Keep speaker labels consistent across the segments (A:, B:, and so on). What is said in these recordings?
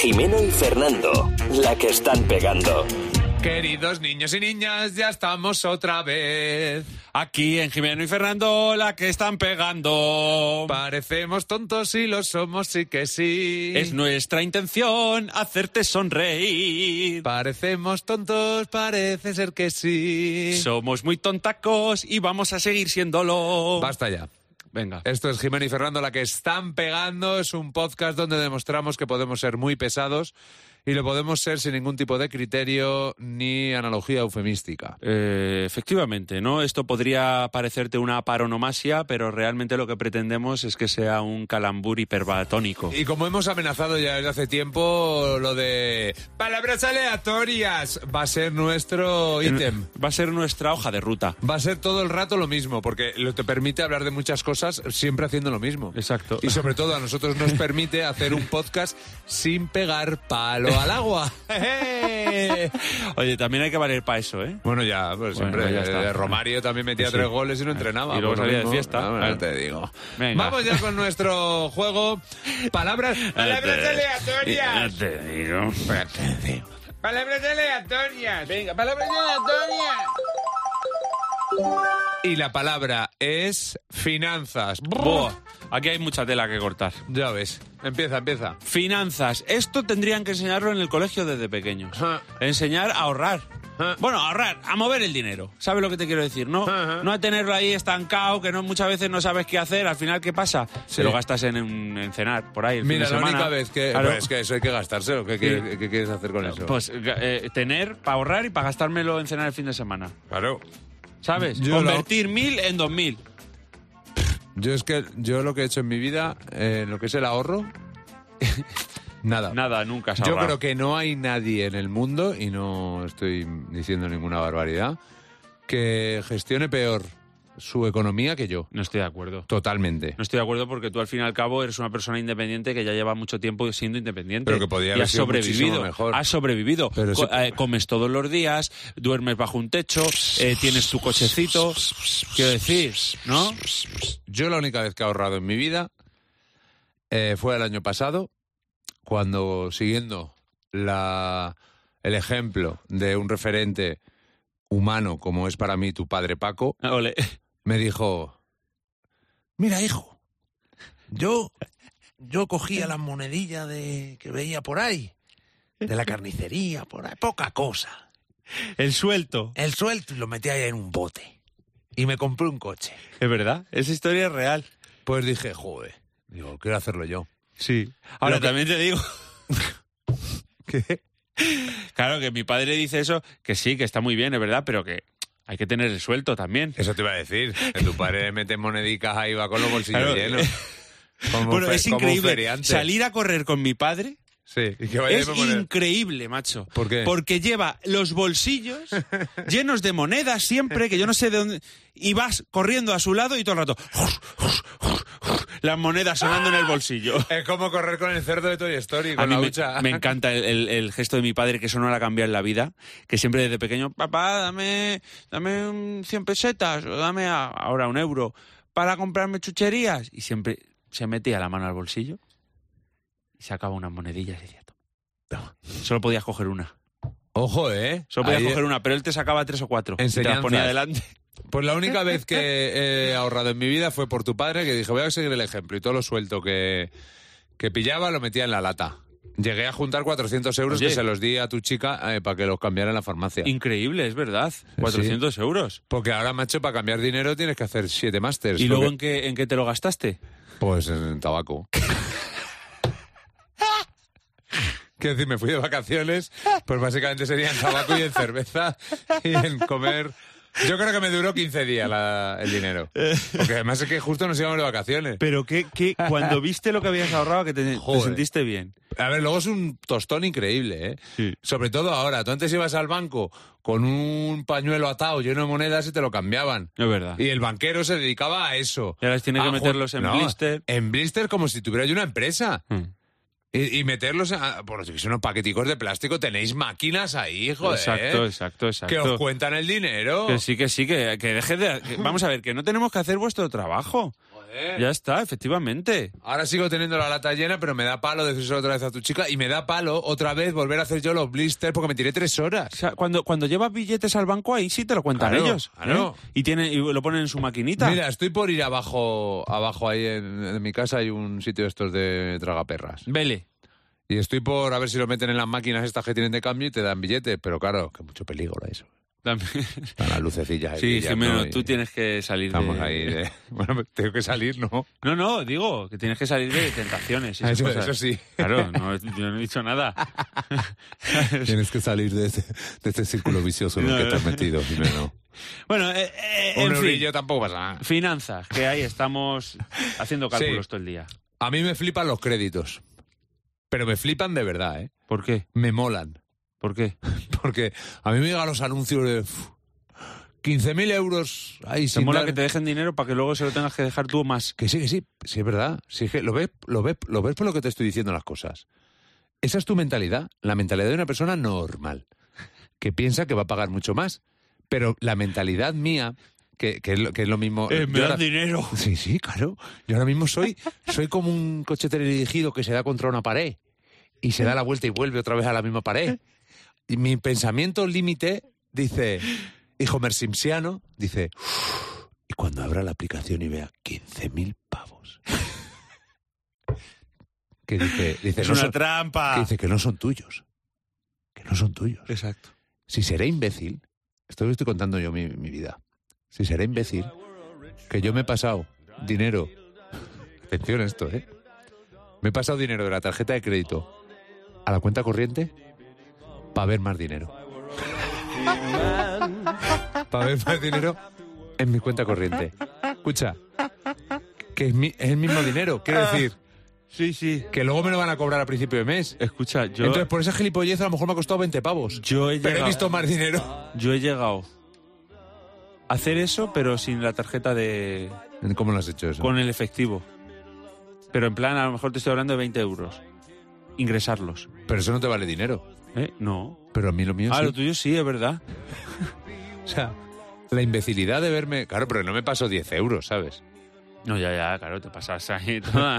A: Jimeno y Fernando, la que están pegando.
B: Queridos niños y niñas, ya estamos otra vez.
C: Aquí en Jimeno y Fernando, la que están pegando.
B: Parecemos tontos y lo somos, sí que sí.
C: Es nuestra intención hacerte sonreír.
B: Parecemos tontos, parece ser que sí.
C: Somos muy tontacos y vamos a seguir siéndolo. Eh,
B: Basta ya.
C: Venga.
B: Esto es Jimeno y Fernando, la que están pegando. Es un podcast donde demostramos que podemos ser muy pesados y lo podemos ser sin ningún tipo de criterio ni analogía eufemística.
C: Eh, efectivamente, ¿no? Esto podría parecerte una paronomasia, pero realmente lo que pretendemos es que sea un calambur hiperbatónico.
B: Y como hemos amenazado ya desde hace tiempo, lo de palabras aleatorias va a ser nuestro ítem.
C: Va a ser nuestra hoja de ruta.
B: Va a ser todo el rato lo mismo, porque lo te permite hablar de muchas cosas siempre haciendo lo mismo.
C: Exacto.
B: Y sobre todo a nosotros nos permite hacer un podcast sin pegar palo al agua.
C: Oye, también hay que valer para eso, ¿eh?
B: bueno, ya, pues
C: Bueno,
B: siempre
C: ya está. Pues
B: eh, Romario también metía
C: Sí.
B: tres goles y no entrenaba.
C: Y luego
B: Pues lo
C: salía de
B: mismo.
C: fiesta.
B: Ah, bueno,
C: Claro.
B: te digo.
C: Venga.
B: Vamos ya con nuestro juego. Palabras, eh, palabras aleatorias.
C: Ya te digo.
B: Palabras aleatorias. Venga, palabras aleatorias. Y la palabra es finanzas.
C: Buah, aquí hay mucha tela que cortar.
B: Ya ves. Empieza, empieza.
C: Finanzas. Esto tendrían que enseñarlo en el colegio desde pequeños.
B: Ajá.
C: Enseñar a ahorrar.
B: Ajá.
C: Bueno, a ahorrar, a mover el dinero. ¿Sabes lo que te quiero decir? No,
B: Ajá.
C: no a tenerlo ahí estancado, que no, muchas veces no sabes qué hacer. Al final, ¿qué pasa?
B: Sí.
C: Se lo gastas en, un- en cenar, por ahí. el fin
B: Mira,
C: de
B: la
C: semana.
B: única vez que...
C: Claro.
B: Pues es que eso hay que gastárselo. ¿Qué, qué-
C: Sí.
B: qué quieres hacer con eso?
C: Pues eh, tener para ahorrar y para gastármelo en cenar el fin de semana.
B: claro.
C: ¿Sabes?
B: Yo lo-
C: Convertir mil en dos mil.
B: Yo es que yo lo que he hecho en mi vida, eh, lo que es el ahorro, nada.
C: Nada, nunca se
B: Yo creo que no hay nadie en el mundo, y no estoy diciendo ninguna barbaridad, que gestione peor su economía que yo.
C: No estoy de acuerdo.
B: Totalmente.
C: No estoy de acuerdo porque tú al fin y al cabo eres una persona independiente que ya lleva mucho tiempo siendo independiente.
B: Pero que podía
C: y
B: haber
C: has
B: sido
C: sobrevivido.
B: muchísimo mejor.
C: Has sobrevivido.
B: Pero
C: Co-
B: sí-
C: eh, comes todos los días, duermes bajo un techo, eh, tienes tu cochecito. Quiero decir, ¿no?
B: Yo la única vez que he ahorrado en mi vida eh, fue el año pasado, cuando siguiendo la, el ejemplo de un referente humano como es para mí tu padre Paco,
C: Ole.
B: me dijo, mira hijo, yo, yo cogía las monedillas de, que veía por ahí, de la carnicería, por ahí, poca cosa,
C: El suelto.
B: el suelto y lo metía ahí en un bote. Y me compré un coche.
C: Es verdad. Esa historia es real.
B: Pues dije, joder, digo, quiero hacerlo yo.
C: Sí. Ahora
B: Lo que-
C: también te digo. Claro que mi padre dice eso, que sí, que está muy bien, es verdad, pero que hay que tener el suelto también.
B: Eso te iba a decir, que tu padre le mete monedicas ahí, va con los bolsillos
C: Claro.
B: llenos. Como un
C: Bueno,
B: fe-
C: es
B: como un
C: increíble.
B: feriante.
C: Salir a correr con mi padre
B: Sí, y que vaya
C: Es
B: a poner-
C: increíble, macho.
B: ¿Por qué?
C: Porque lleva los bolsillos llenos de monedas siempre, que yo no sé de dónde. Y vas corriendo a su lado y todo el rato. Las monedas sonando en el bolsillo.
B: Es como correr con el cerdo de Toy Story,
C: A
B: con
C: mí
B: la
C: me,
B: hucha.
C: me encanta el, el- el gesto de mi padre, que eso no la cambia en la vida. Que siempre desde pequeño, papá, dame, dame un 100 pesetas, o dame a- ahora un euro, para comprarme chucherías. Y siempre se metía la mano al bolsillo y sacaba unas monedillas y decía, "Toma". Solo podías coger una.
B: Ojo, ¿eh?
C: Solo podías
B: Ahí-
C: coger una, pero él te sacaba tres o cuatro. Y te las
B: Enseñanzas.
C: ponía delante.
B: Pues la única vez que he ahorrado en mi vida fue por tu padre, que dije, voy a seguir el ejemplo. Y todo lo suelto que, que pillaba lo metía en la lata. Llegué a juntar 400 euros
C: Oye.
B: que se los di a tu chica eh, para que los cambiara en la farmacia.
C: Increíble, es verdad. 400 euros.
B: Porque ahora, macho, para cambiar dinero tienes que hacer siete másters.
C: ¿Y luego
B: porque-
C: en qué, en qué te lo gastaste?
B: Pues en tabaco. Quiero decir, me fui de vacaciones, pues básicamente sería en tabaco y en cerveza y en comer. Yo creo que me duró 15 días la- el dinero. Porque además es que justo nos íbamos de vacaciones.
C: Pero que, cuando viste lo que habías ahorrado, que te,
B: Joder. sentiste
C: bien.
B: A ver, luego es un tostón increíble, ¿eh?
C: Sí.
B: Sobre todo ahora. Tú antes ibas al banco con un pañuelo atado lleno de monedas y te lo cambiaban.
C: Es verdad.
B: Y el banquero se dedicaba a eso.
C: Y ahora tiene que
B: A ju-
C: meterlos en blister.
B: En blister como si tuviera yo una empresa.
C: Mm.
B: Y, y meterlos, a- por los que son unos paqueticos de plástico, tenéis máquinas ahí, joder. ¿eh?
C: Exacto, exacto, exacto.
B: Que os cuentan el dinero.
C: Que sí, que sí, que, que deje de... que- vamos a ver, que no tenemos que hacer vuestro trabajo.
B: Joder.
C: Ya está, efectivamente.
B: Ahora sigo teniendo la lata llena, pero me da palo decírselo otra vez a tu chica y me da palo otra vez volver a hacer yo los blisters porque me tiré tres
C: O
B: horas.
C: sea, cuando, cuando llevas billetes al banco, ahí sí te lo cuentan
B: Claro,
C: ellos.
B: claro.
C: ¿eh? Y, tiene, y lo ponen en su maquinita.
B: Mira, estoy por ir abajo, abajo ahí en, en mi casa hay un sitio de estos de tragaperras.
C: Vele.
B: Y estoy por a ver si lo meten en las máquinas estas que tienen de cambio y te dan billetes, pero claro, que mucho peligro eso.
C: También-
B: Están las lucecillas. ahí
C: Sí,
B: brillando
C: Jimeno,
B: y-
C: tú tienes que salir de...
B: eh. Estamos ahí. de- Bueno, tengo que salir, ¿no?
C: No, no, digo, que tienes que salir de tentaciones. y esas
B: Eso-
C: cosas.
B: eso sí.
C: Claro, no, yo no he dicho nada.
B: Tienes que salir de este, de este círculo vicioso en el que te has metido, Jimeno.
C: bueno, eh, eh,
B: Un
C: en fin,
B: eurillo tampoco pasa nada.
C: finanzas, que ahí estamos haciendo cálculos todo el día.
B: A mí me flipan los créditos. Pero me flipan de verdad, ¿eh?
C: ¿Por qué?
B: Me molan.
C: ¿Por qué?
B: Porque a mí me llegan los anuncios de uf, 15.000 euros. Ahí
C: Se
B: sin
C: mola
B: dar-
C: que te dejen dinero para que luego se lo tengas que dejar tú más.
B: Que sí, que sí, sí es verdad. Sí es que lo ves, lo ves, lo ves por lo que te estoy diciendo las cosas. Esa es tu mentalidad, la mentalidad de una persona normal, que piensa que va a pagar mucho más. Pero la mentalidad mía, que, que es, lo, que es lo mismo. yo ahora-
C: dinero.
B: Sí, sí, claro. Yo ahora mismo soy, soy como un coche teledirigido que se da contra una pared y se da la vuelta y vuelve otra vez a la misma pared. Y mi pensamiento límite dice, hijo mersimsiano, dice, "Uf, y cuando abra la aplicación y vea 15.000 pavos. Que dice, dice,
C: Es
B: no
C: una
B: son- que
C: trampa.
B: dice que no son tuyos. Que no son tuyos.
C: Exacto.
B: Si seré imbécil, esto lo estoy contando yo mi, mi vida. Si seré imbécil, que yo me he pasado dinero. Atención a esto, ¿eh? Me he pasado dinero de la tarjeta de crédito a la cuenta corriente para ver más dinero. para ver más dinero en mi cuenta corriente. Escucha, que es, mi- es el mismo dinero. Quiero decir,
C: Sí, sí.
B: que luego me lo van a cobrar a principio de mes.
C: Escucha, yo,
B: Entonces, por esa gilipollez a lo mejor me ha costado 20 pavos.
C: yo, he,
B: Pero he
C: llegado,
B: visto más dinero.
C: yo he llegado a hacer eso, pero sin la tarjeta de...
B: ¿Cómo lo has hecho eso?
C: con el efectivo. Pero en plan, a lo mejor te estoy hablando de 20 euros. Ingresarlos.
B: Pero eso no te vale dinero.
C: ¿Eh? No.
B: Pero a mí lo mío
C: Ah,
B: sí.
C: lo tuyo sí, es verdad.
B: O sea, la imbecilidad de verme... Claro, pero no me paso 10 euros, ¿sabes?
C: No, ya, ya, claro, te pasas ahí toda.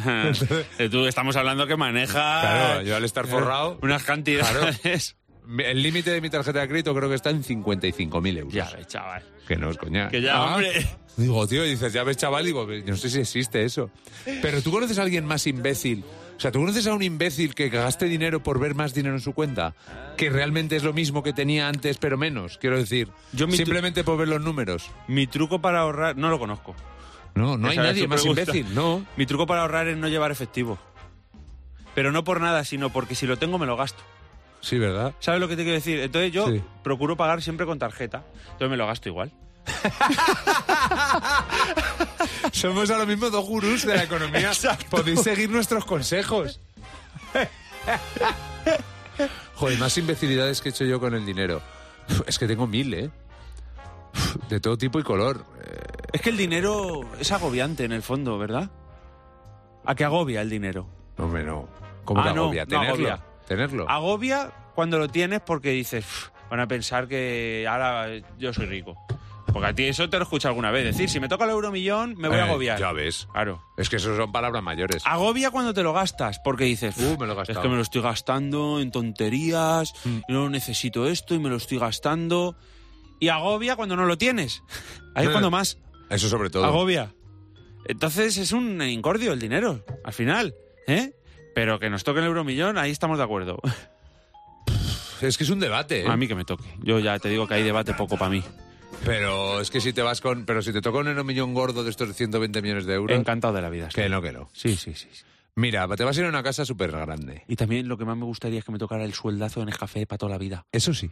C: Eh, Tú estamos hablando que maneja.
B: Claro, yo al estar forrado...
C: Unas cantidades.
B: mi- El límite de mi tarjeta de crédito creo que está en 55.000 euros.
C: Ya ves, chaval.
B: Que no es coña.
C: Que ya,
B: Ah,
C: hombre.
B: Digo, tío, y dices, ya ves, chaval, digo, yo no sé si existe eso. Pero tú conoces a alguien más imbécil. O sea, tú conoces a un imbécil que gaste dinero por ver más dinero en su cuenta, que realmente es lo mismo que tenía antes, pero menos. Quiero decir,
C: Yo mi tu-
B: simplemente por ver los números.
C: Mi truco para ahorrar. No lo conozco.
B: No, no hay
C: Esa era
B: nadie
C: su
B: más
C: pregunta.
B: imbécil, no.
C: Mi truco para ahorrar es no llevar efectivo. Pero no por nada, sino porque si lo tengo me lo gasto.
B: Sí, ¿verdad?
C: ¿Sabes lo que te quiero decir? Entonces yo
B: Sí.
C: procuro pagar siempre con tarjeta. Entonces me lo gasto igual.
B: Somos ahora mismo dos gurús de la economía. Podéis seguir nuestros consejos. Joder, más imbecilidades que he hecho yo con el dinero. Uf, Es que tengo mil, ¿eh? Uf, De todo tipo y color. Eh,
C: Es que el dinero es agobiante en el fondo, ¿verdad? ¿A qué agobia el dinero?
B: No, hombre, no. ¿Cómo
C: Ah,
B: que
C: no,
B: agobia? Ah,
C: no
B: Tenerlo.
C: agobia.
B: Tenerlo.
C: Agobia cuando lo tienes porque dices, "Uf, van a pensar que ahora yo soy rico. Porque a ti eso te lo escucho alguna vez. Decir, si me toca el euro millón, me voy
B: Eh,
C: a agobiar.
B: Ya ves.
C: Claro.
B: Es que eso son palabras mayores.
C: Agobia cuando te lo gastas, porque dices,
B: Uh, me lo he
C: es
B: gastado".
C: que me lo estoy gastando en tonterías,
B: Mm.
C: no necesito esto y me lo estoy gastando. Y agobia cuando no lo tienes. Ahí es
B: Eh,
C: cuando más
B: Eso sobre todo.
C: agobia. Entonces es un incordio el dinero, al final, ¿eh? Pero que nos toque el euromillón, ahí estamos de acuerdo.
B: Es que es un debate, ¿eh?
C: A mí que me toque. Yo ya te digo que hay debate poco para mí.
B: Pero es que si te vas con... Pero si te toca un millón gordo de estos de 120 millones de euros...
C: Encantado de la vida. estoy.
B: Que no, que no.
C: Sí, sí, sí. sí.
B: Mira, te vas a ir a una casa súper grande.
C: Y también lo que más me gustaría es que me tocara el sueldazo en el café para toda la vida.
B: Eso sí.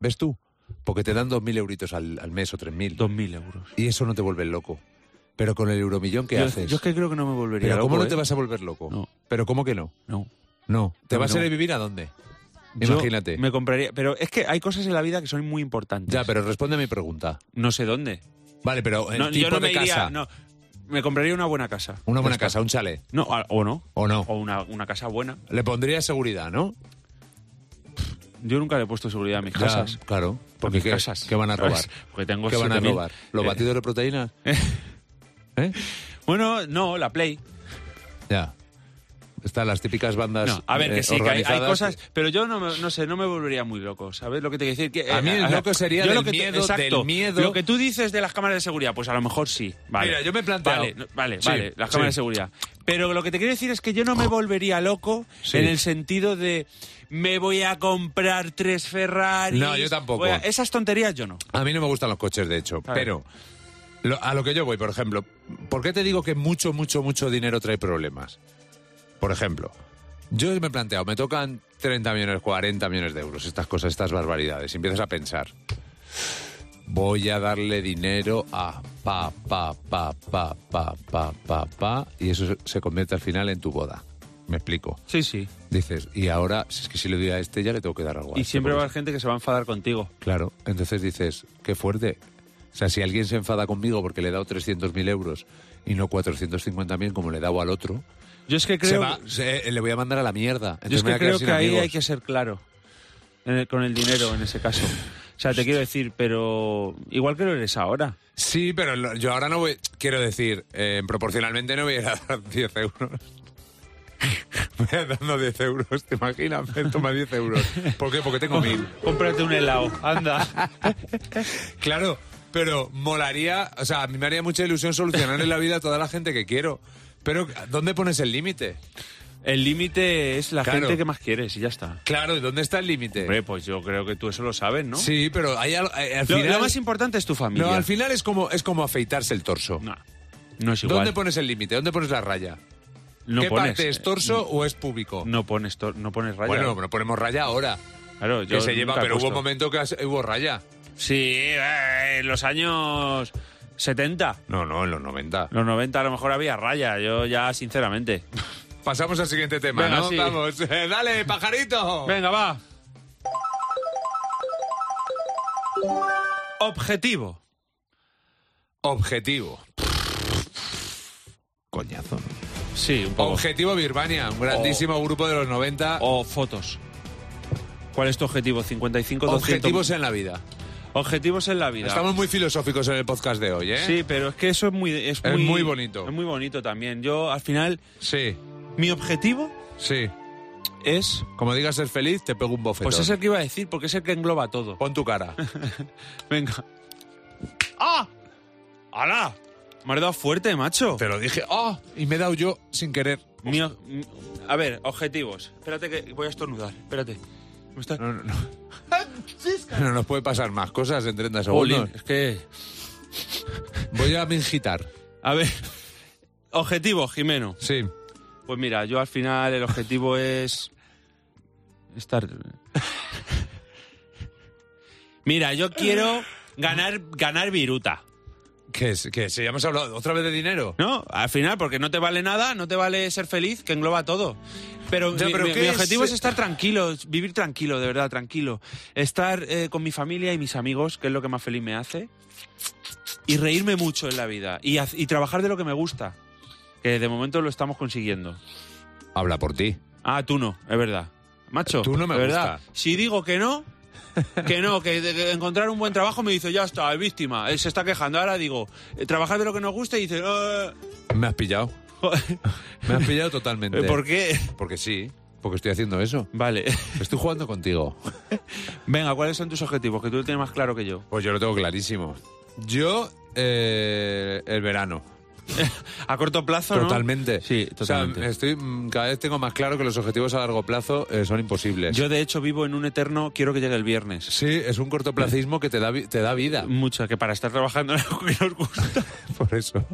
B: ¿Ves tú? Porque te dan 2.000 euritos al, al mes o 3.000.
C: 2.000 euros.
B: Y eso no te vuelve loco. Pero con el euromillón, ¿qué
C: yo,
B: haces?
C: yo es que creo que no me volvería
B: Pero ¿cómo
C: loco,
B: no te
C: ¿eh?
B: vas a volver loco?
C: No.
B: ¿Pero cómo que no?
C: No.
B: No. ¿Te
C: No,
B: vas a ir
C: no.
B: a vivir a dónde?
C: Yo
B: Imagínate.
C: me compraría... Pero es que hay cosas en la vida que son muy importantes.
B: Ya, pero responde a mi pregunta.
C: No sé dónde.
B: Vale, pero el
C: No,
B: tipo
C: yo no
B: de
C: me
B: casa.
C: iría... No. me compraría una buena casa.
B: Una buena
C: Ya está.
B: casa, un chalet.
C: No, a- o no.
B: ¿O no?
C: O una, una casa buena.
B: Le pondría seguridad, ¿no?
C: Yo nunca le he puesto seguridad a mis casas.
B: Ya, claro.
C: A
B: Porque
C: mis
B: ¿qué,
C: casas.
B: qué van a robar?
C: ¿Sabes? Porque tengo
B: ¿Qué van a
C: 7.000.
B: robar? ¿Los
C: Eh,
B: batidos de proteínas? ¿Eh?
C: Bueno, no, la Play.
B: Ya. Están las típicas bandas.
C: No, a ver, que
B: eh,
C: sí, que hay- hay,
B: organizadas
C: cosas, pero yo no, me- no sé, no me volvería muy loco, ¿sabes lo que te quiero decir? Que,
B: A mí el
C: eh,
B: loco sería
C: yo
B: del
C: lo que tú-
B: miedo,
C: exacto,
B: del miedo.
C: Lo que tú dices de las cámaras de seguridad, pues a lo mejor sí, vale.
B: Mira, yo me he planteado-
C: Vale, no- vale,
B: Sí,
C: vale,
B: sí.
C: las
B: Oh.
C: cámaras de seguridad. Pero lo que te quiero decir es que yo no me volvería loco
B: Sí.
C: en el sentido de me voy a comprar tres Ferraris.
B: No, yo tampoco.
C: voy a- esas tonterías yo no.
B: A mí no me gustan los coches, de hecho.
C: Claro.
B: Pero lo- a lo que yo voy, por ejemplo, ¿por qué te digo que mucho, mucho, mucho dinero trae problemas? Por ejemplo, yo me he planteado, me tocan 30 millones, 40 millones de euros, estas cosas, estas barbaridades. Y empiezas a pensar, voy a darle dinero a pa, pa, pa, pa, pa, pa, pa, pa, y eso se convierte al final en tu boda. Me explico.
C: Sí, sí.
B: Dices, y ahora, si es que si le doy a este, ya le tengo que dar algo. a
C: Y
B: este,
C: siempre va a
B: porque
C: haber gente que se va a enfadar contigo.
B: Claro, entonces dices, qué fuerte. O sea, si alguien se enfada conmigo porque le he dado 300.000 euros y no 450.000 como le he dado al otro,
C: Yo es que creo
B: se va- se- le voy a mandar a la mierda.
C: Yo
B: Entonces
C: es
B: me voy
C: que
B: a quedar
C: creo
B: sin
C: que ahí
B: amigos.
C: hay que ser claro en el- con el dinero en ese caso. O sea, te quiero decir, pero igual que lo eres ahora.
B: Sí, pero lo- yo ahora no voy... Quiero decir, eh, proporcionalmente no voy a ir a dar 10 euros. Voy a ir dando 10 euros, ¿te imaginas? Me toma 10 euros. ¿Por qué? Porque tengo 1000.
C: Cómprate un helado, anda.
B: Claro, pero molaría, o sea, a mí me haría mucha ilusión solucionar en la vida a toda la gente que quiero. Pero, ¿dónde pones el límite?
C: El límite es la
B: Claro.
C: gente que más quieres y ya está.
B: Claro, ¿y dónde está el límite?
C: Hombre, pues yo creo que tú eso lo sabes, ¿no?
B: Sí, pero hay al, eh, al
C: Lo,
B: final.
C: lo más importante es tu familia.
B: no, al final es como es como afeitarse el torso.
C: No, no es igual.
B: ¿Dónde pones el límite? ¿Dónde pones la raya?
C: no
B: ¿Qué
C: pones,
B: parte es
C: eh,
B: torso o es púbico?
C: No pones, to- no pones raya.
B: Bueno, no ponemos raya ahora.
C: claro, yo
B: que se lleva,
C: nunca he
B: pero hubo
C: puesto.
B: un momento que has- hubo raya.
C: Sí, eh, en los años 70,
B: No, no, en los 90.
C: los 90 a lo mejor había raya. Yo ya, sinceramente.
B: Pasamos al siguiente tema,
C: Venga,
B: ¿no?
C: sí.
B: Vamos. Dale, pajarito.
C: Venga, va. Objetivo.
B: Objetivo. Coñazo.
C: Sí, un
B: Objetivo Birmania, un grandísimo
C: Oh.
B: grupo de los 90.
C: O fotos. ¿Cuál es tu objetivo? 55, 200.
B: Objetivos en la vida.
C: Objetivos en la vida.
B: Estamos muy filosóficos en el podcast de hoy, ¿eh?
C: Sí, pero es que eso es muy, es
B: Es
C: muy...
B: muy bonito.
C: Es muy bonito también. Yo, al final,
B: Sí,
C: mi objetivo
B: sí.
C: es...
B: Como digas ser feliz, te pego un bofetón.
C: Pues es el que iba a decir, porque es el que engloba todo.
B: Pon tu cara.
C: Venga. ¡Ah! ¡Hala! Me has dado fuerte, macho.
B: Te lo dije. ¡Oh! Y me he dado yo sin querer.
C: Mi o- mi- a ver, objetivos. Espérate que voy a estornudar. Espérate. Me está-
B: No, no, no. No nos puede pasar más cosas en 30
C: Jolín,
B: segundos.
C: es que...
B: Voy a mingitar.
C: A ver. Objetivo, Jimeno.
B: Sí.
C: Pues mira, yo al final el objetivo es... Estar... Mira, yo quiero ganar, ganar viruta.
B: ¿Qué es? ¿Qué es? ¿Ya hemos hablado otra vez de dinero?
C: ¿No? Al final, porque no te vale nada, no te vale ser feliz, que engloba todo. Pero,
B: Ya,
C: mi,
B: pero
C: mi-
B: ¿qué
C: mi
B: es?
C: objetivo es estar tranquilo, vivir tranquilo, de verdad, tranquilo. Estar eh, con mi familia y mis amigos, que es lo que más feliz me hace. Y reírme mucho en la vida. Y, haz- y trabajar de lo que me gusta. Que de momento lo estamos consiguiendo.
B: Habla por ti.
C: Ah, tú no, es verdad. Macho,
B: Tú no me
C: es verdad.
B: gusta.
C: Si digo que no, que no, que de- de encontrar un buen trabajo me dice, ya está, es víctima. Él se está quejando. Ahora digo, eh, trabajar de lo que nos gusta y dice, "Eh,
B: Me has pillado.
C: joder".
B: Me has pillado totalmente.
C: Eh, ¿Por qué?
B: Porque sí. Porque estoy haciendo eso.
C: Vale.
B: Estoy jugando contigo.
C: Venga, ¿cuáles son tus objetivos? Que tú lo tienes más claro que yo.
B: Pues yo lo tengo clarísimo. Yo, eh, el verano.
C: A corto plazo, ¿no?
B: Totalmente.
C: Sí,
B: O sea,
C: totalmente.
B: estoy, mm, cada vez tengo más claro que los objetivos a largo plazo eh, son imposibles.
C: Yo, de hecho, vivo en un eterno quiero que llegue el viernes.
B: Sí, es un cortoplacismo que te da, vi- te da vida.
C: Mucha, que para estar trabajando en algo que nos gusta.
B: Por eso.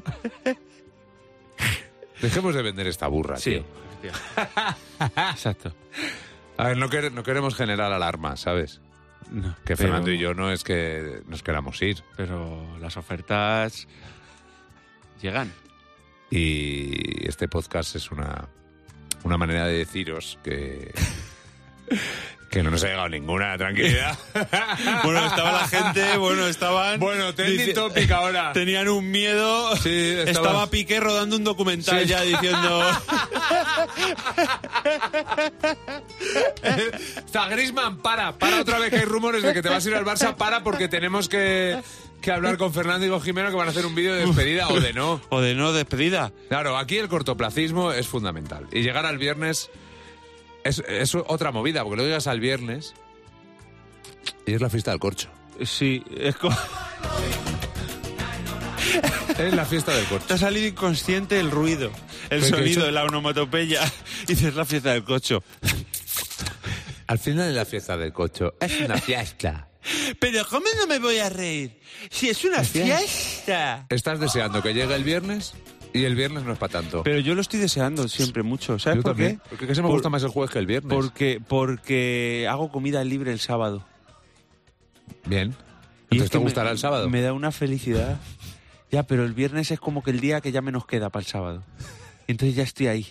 B: Dejemos de vender esta burra, tío.
C: Exacto.
B: A ver, no, quer- no queremos generar alarma, ¿sabes?
C: No,
B: Que
C: pero-
B: Fernando y yo no es que nos queramos ir.
C: Pero las ofertas llegan.
B: Y este podcast es una, una manera de deciros que, Que no nos ha llegado ninguna, tranquilidad.
C: Bueno, estaba la gente, bueno, estaban...
B: Bueno, trending
C: dice-
B: topic ahora.
C: Tenían un miedo.
B: Sí, estaba-
C: estaba Piqué rodando un documental
B: Sí.
C: ya diciendo...
B: Está Griezmann, para, para otra vez que hay rumores de que te vas a ir al Barça, para porque tenemos que, que hablar con Fernando y con Jimeno que van a hacer un vídeo de despedida o de no.
C: O de no despedida.
B: Claro, aquí el cortoplacismo es fundamental. Y llegar al viernes es, es otra movida, porque lo llegas al viernes y es la fiesta del corcho.
C: Sí, es como...
B: Es la fiesta del corcho.
C: Te ha salido inconsciente el ruido,
B: ¿Pero
C: el
B: qué he
C: sonido,
B: hecho?
C: la onomatopeya. Dices la fiesta del cocho.
B: Al final de la fiesta del corcho es una fiesta.
C: Pero ¿cómo no me voy a reír? Si es una fiesta.
B: Estás deseando que llegue el viernes y el viernes no es para tanto.
C: Pero yo lo estoy deseando siempre mucho. ¿Sabes
B: Yo
C: por
B: también.
C: qué?
B: Porque se me
C: Por-
B: gusta más el jueves que el viernes.
C: Porque, porque hago comida libre el sábado.
B: Bien.
C: Y
B: Entonces te
C: es que me-
B: gustará el sábado.
C: Me da una felicidad. Ya, pero el viernes es como que el día que ya menos queda para el sábado. Entonces ya estoy ahí.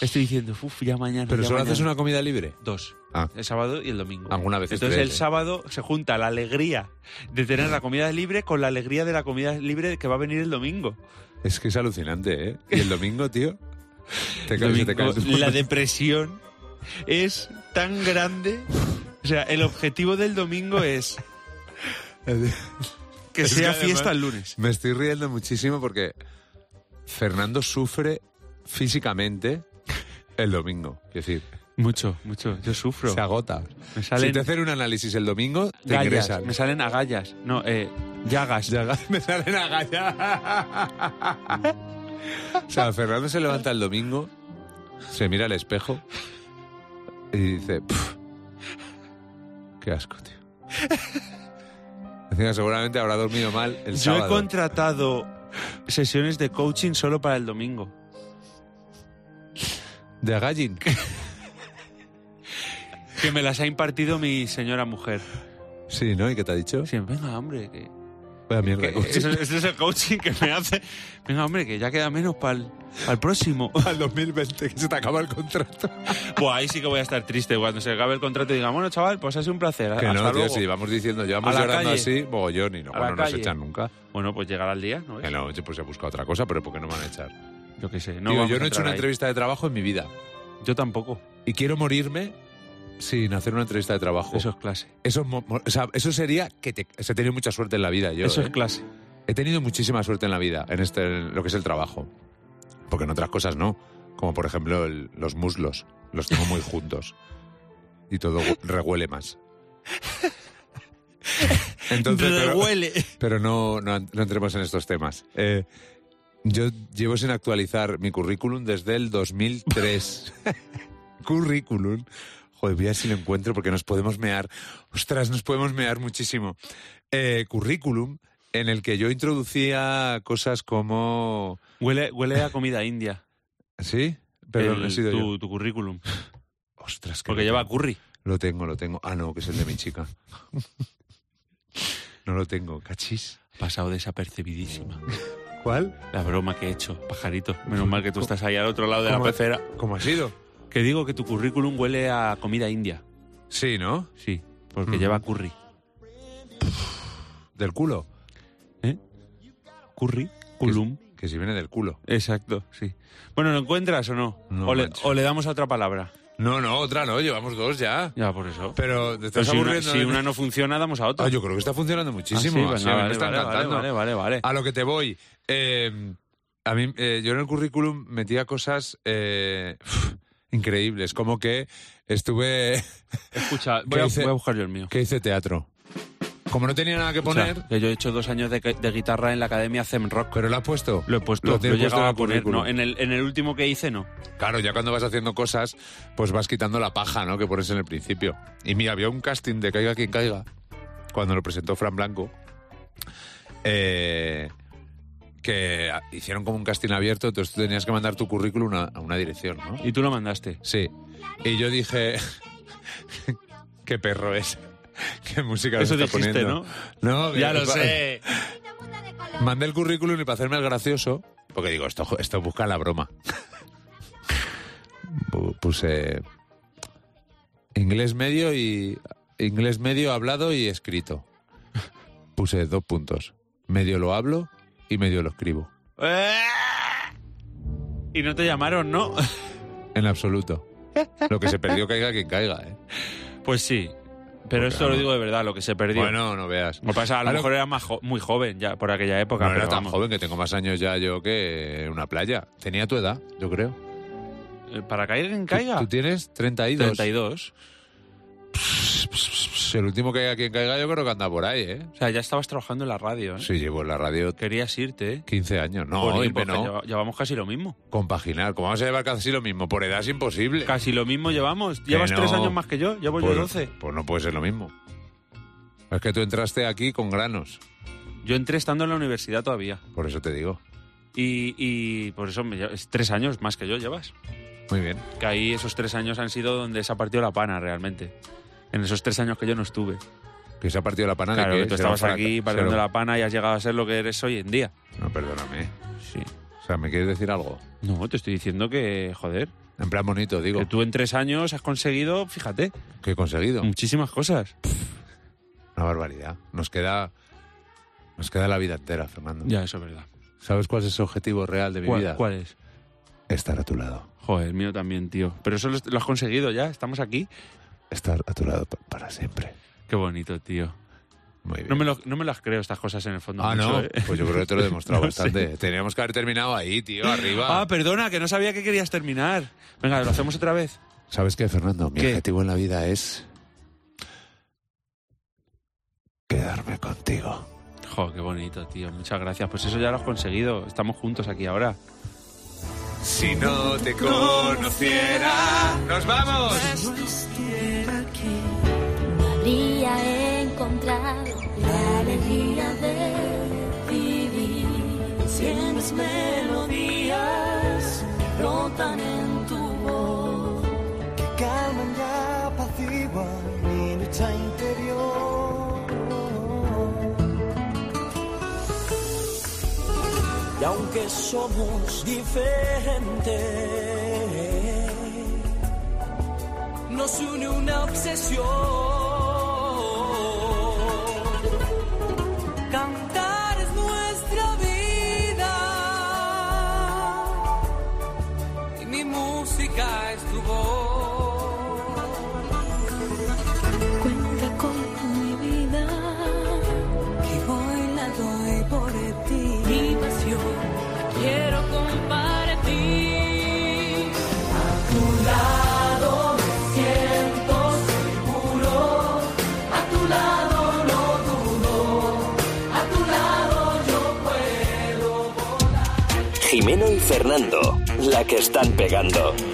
C: Estoy diciendo, uff, ya mañana.
B: Pero
C: ya
B: solo
C: mañana".
B: haces una comida libre.
C: Dos.
B: Ah.
C: El sábado y el domingo.
B: Alguna vez es
C: Entonces
B: tres,
C: el
B: ¿eh?
C: sábado se junta la alegría de tener la comida libre con la alegría de la comida libre que va a venir el domingo.
B: Es que es alucinante, ¿eh? Y el domingo, tío. Te caes, se te
C: Domingo,
B: cae todo.
C: la depresión es tan grande. O sea, el objetivo del domingo es que
B: Es que
C: sea
B: además-
C: fiesta el lunes.
B: Me estoy riendo muchísimo porque Fernando sufre físicamente el domingo. Es decir,
C: Mucho, mucho. Yo sufro.
B: se agota.
C: Me salen-
B: Si te hacen un análisis el domingo, te
C: Gallas,
B: ingresan.
C: me salen agallas. No, eh, llagas.
B: Ya- me salen agallas. o sea, Fernando se levanta el domingo, se mira al espejo y dice, "Puf, qué asco, tío. Encima, seguramente habrá dormido mal el
C: Yo
B: sábado.
C: he contratado sesiones de coaching solo para el domingo.
B: De agallín.
C: Que me las ha impartido mi señora mujer.
B: Sí, ¿no? ¿Y qué te ha dicho?
C: Sí, venga, hombre, que,
B: Vaya mierda.
C: que- eso- ese es el coaching que me hace. Venga, hombre, que ya queda menos para el, próximo.
B: Al 2020, que se te acaba el contrato.
C: Pues ahí sí que voy a estar triste cuando se acabe el contrato y diga, bueno, chaval, pues ha sido un placer.
B: Que
C: hasta
B: no, tío,
C: luego".
B: si llevamos diciendo, llevamos
C: A la
B: llorando
C: calle.
B: así, mogollón, y no,
C: A la
B: bueno, no nos
C: calle.
B: echan nunca.
C: Bueno, pues llegará el día, ¿no? ves?
B: Que no, yo pues he buscado otra cosa, pero ¿por qué no me van a echar?
C: Yo qué sé. No
B: Tío,
C: vamos
B: yo
C: a
B: no he hecho
C: entrar
B: una
C: ahí.
B: entrevista de trabajo en mi vida.
C: Yo tampoco.
B: Y quiero morirme sin hacer una entrevista de trabajo.
C: Eso es clase.
B: Eso es mo- mo- o sea, eso sería que te, o sea, he tenido mucha suerte en la vida. Yo,
C: Eso
B: ¿eh?
C: es clase.
B: He tenido muchísima suerte en la vida, en, este, en lo que es el trabajo. Porque en otras cosas no. Como por ejemplo el- los muslos. Los tengo muy juntos. Y todo hu- rehuele más. Entonces, pero-
C: Rehuele.
B: pero no, no, no entremos en estos temas. Eh, yo llevo sin actualizar mi currículum desde el 2003. currículum. Joder, voy a ver si lo encuentro porque nos podemos mear. Ostras, nos podemos mear muchísimo. Eh, currículum en el que yo introducía cosas como...
C: Huele, huele a comida india.
B: ¿Sí? Perdón,
C: el-
B: he sido
C: tu,
B: yo.
C: tu currículum.
B: Ostras, que
C: Porque
B: lo
C: lleva
B: tengo.
C: curry.
B: Lo tengo, lo tengo. Ah, no, que es el de mi chica. no lo tengo, cachis.
C: Pasado desapercibidísima.
B: ¿Cuál?
C: La broma que he hecho, pajarito. Menos mal que tú estás ahí al otro lado de la
B: ¿Cómo?
C: pecera.
B: ¿Cómo ha sido?
C: Que digo que tu currículum huele a comida india.
B: Sí, ¿no?
C: Sí, porque
B: Mm.
C: lleva curry.
B: Del culo.
C: Curry, culum.
B: Que si viene del culo.
C: Exacto, sí. Bueno, ¿lo encuentras o no?
B: No,
C: o, le,
B: macho.
C: o le damos a otra palabra.
B: No, no, otra no, llevamos dos ya.
C: Ya, por eso.
B: Pero te estás
C: Pero si, una,
B: aburriendo.
C: si
B: ¿eh?
C: una no funciona, damos a otra.
B: Ah, yo creo que está funcionando
C: Ah, sí,
B: muchísimo.
C: venga,
B: así, a mí me Ah,
C: vale,
B: está
C: vale,
B: encantando.
C: Vale, vale, vale.
B: A lo que te voy. eh, a mí, eh, yo en el currículum metía cosas eh, increíbles, como que estuve.
C: Escucha, voy a,
B: dice?
C: voy a buscar yo el mío.
B: que hice teatro. Como no tenía nada que
C: O sea,
B: poner,
C: que yo he hecho dos años de, de guitarra en la academia Zem Rock.
B: pero lo has puesto.
C: Lo he puesto,
B: Lo
C: lo,
B: tienes
C: he llegado
B: puesto en
C: a
B: el
C: poner.
B: currículum.
C: No, en el, en el último que hice, no.
B: Claro, ya cuando vas haciendo cosas, pues vas quitando la paja, ¿no? Que pones en el principio. Y mira, había un casting de Caiga quien caiga, cuando lo presentó Fran Blanco, eh, que a- hicieron como un casting abierto, entonces tú tenías que mandar tu currículum a, a una dirección, ¿no?
C: Y tú lo mandaste.
B: Sí. Y yo dije, qué perro es. Qué música nos
C: Eso
B: está
C: dijiste,
B: poniendo. No,
C: Ya
B: que-
C: lo sé.
B: Mandé el currículum y para hacerme el gracioso, porque digo, esto, esto busca la broma. Pu- Puse Inglés medio y inglés medio hablado y escrito. Puse dos puntos. Medio lo hablo y medio lo escribo.
C: Y no te llamaron, ¿no?
B: En absoluto. Lo que se perdió caiga quien caiga, ¿eh?
C: Pues sí. Pero esto lo digo de verdad, lo que se perdió.
B: Bueno, no veas.
C: Lo que pasa, a lo
B: Claro,
C: mejor era más jo- muy joven ya por aquella época.
B: no era
C: pero
B: tan
C: vamos,
B: joven que tengo más años ya yo que una playa. Tenía tu edad, yo creo.
C: eh, Para caer en
B: ¿Tú-
C: caiga.
B: Tú, tienes 32.
C: 32.
B: El último que caiga quien caiga yo creo que anda por ahí, ¿eh?
C: O sea, ya estabas trabajando en la radio, ¿eh?
B: Sí, llevo en la radio
C: Querías irte, ¿eh?
B: 15 años. No,
C: Jolín,
B: irme
C: pues que
B: no.
C: lleva- Llevamos casi lo mismo.
B: Compaginar. ¿Cómo vamos a llevar casi lo mismo? Por edad es imposible.
C: Casi lo mismo llevamos. Llevas
B: no.
C: tres años más que yo, llevo yo
B: Pues-
C: 12.
B: Pues no puede ser lo mismo. Es que tú entraste aquí con granos,
C: Yo entré estando en la universidad todavía.
B: por eso te digo.
C: Y, y por eso me lle- es tres años más que yo llevas.
B: Muy bien.
C: Que ahí esos tres años han sido donde se ha partido la pana realmente. En esos tres años que yo no estuve.
B: Que se ha partido la pana
C: claro,
B: de
C: que
B: Ah, que
C: tú
B: será un fraca-
C: estabas aquí partiendo
B: será-
C: la pana y has llegado a ser lo que eres hoy en día.
B: No, perdóname.
C: Sí.
B: O sea, ¿me quieres decir algo?
C: No, te estoy diciendo que, joder,
B: En plan bonito, digo.
C: que
B: Que,
C: tú Mm. en tres años has conseguido, fíjate,
B: he conseguido.
C: muchísimas cosas.
B: Una barbaridad. Nos queda... Nos queda la vida entera, Fernando.
C: Ya, eso es verdad.
B: ¿Sabes cuál es el objetivo real de mi
C: ¿Cuál,
B: vida?
C: cuál es?
B: Estar a tu lado.
C: Joder, el mío también, tío. Pero eso lo, lo has conseguido ya, estamos aquí.
B: Estar a tu lado pa- para siempre.
C: Qué bonito, tío.
B: Muy bien.
C: No me, lo- no me las creo estas cosas en el fondo.
B: Ah,
C: mucho,
B: no.
C: ¿eh?
B: Pues yo creo que te lo he demostrado
C: No sé.
B: bastante. Teníamos que haber terminado ahí, tío, arriba.
C: Ah, perdona, que no sabía que querías terminar. Venga, lo hacemos otra vez.
B: ¿Sabes qué, Fernando? Mi
C: ¿Qué?
B: objetivo en la vida es quedarme contigo.
C: Jo, qué bonito, tío. Muchas gracias. Pues eso ya lo has conseguido. Estamos juntos aquí ahora.
B: Si no te conociera, nos vamos.
D: habría encontrado la alegría de vivir. Siembras melodías que brotan en tu voz.
E: calman y apaciguan mi lucha interior.
F: Y aunque somos diferentes, nos une una obsesión. Cantar es nuestra vida y mi música es tu voz.
D: Cuenta con mi vida, que hoy la doy por ti. Mi pasión la quiero compartir. A tu lado me siento seguro, a tu lado no dudo, a tu lado yo puedo.
A: Jimeno y Fernando, la que están pegando.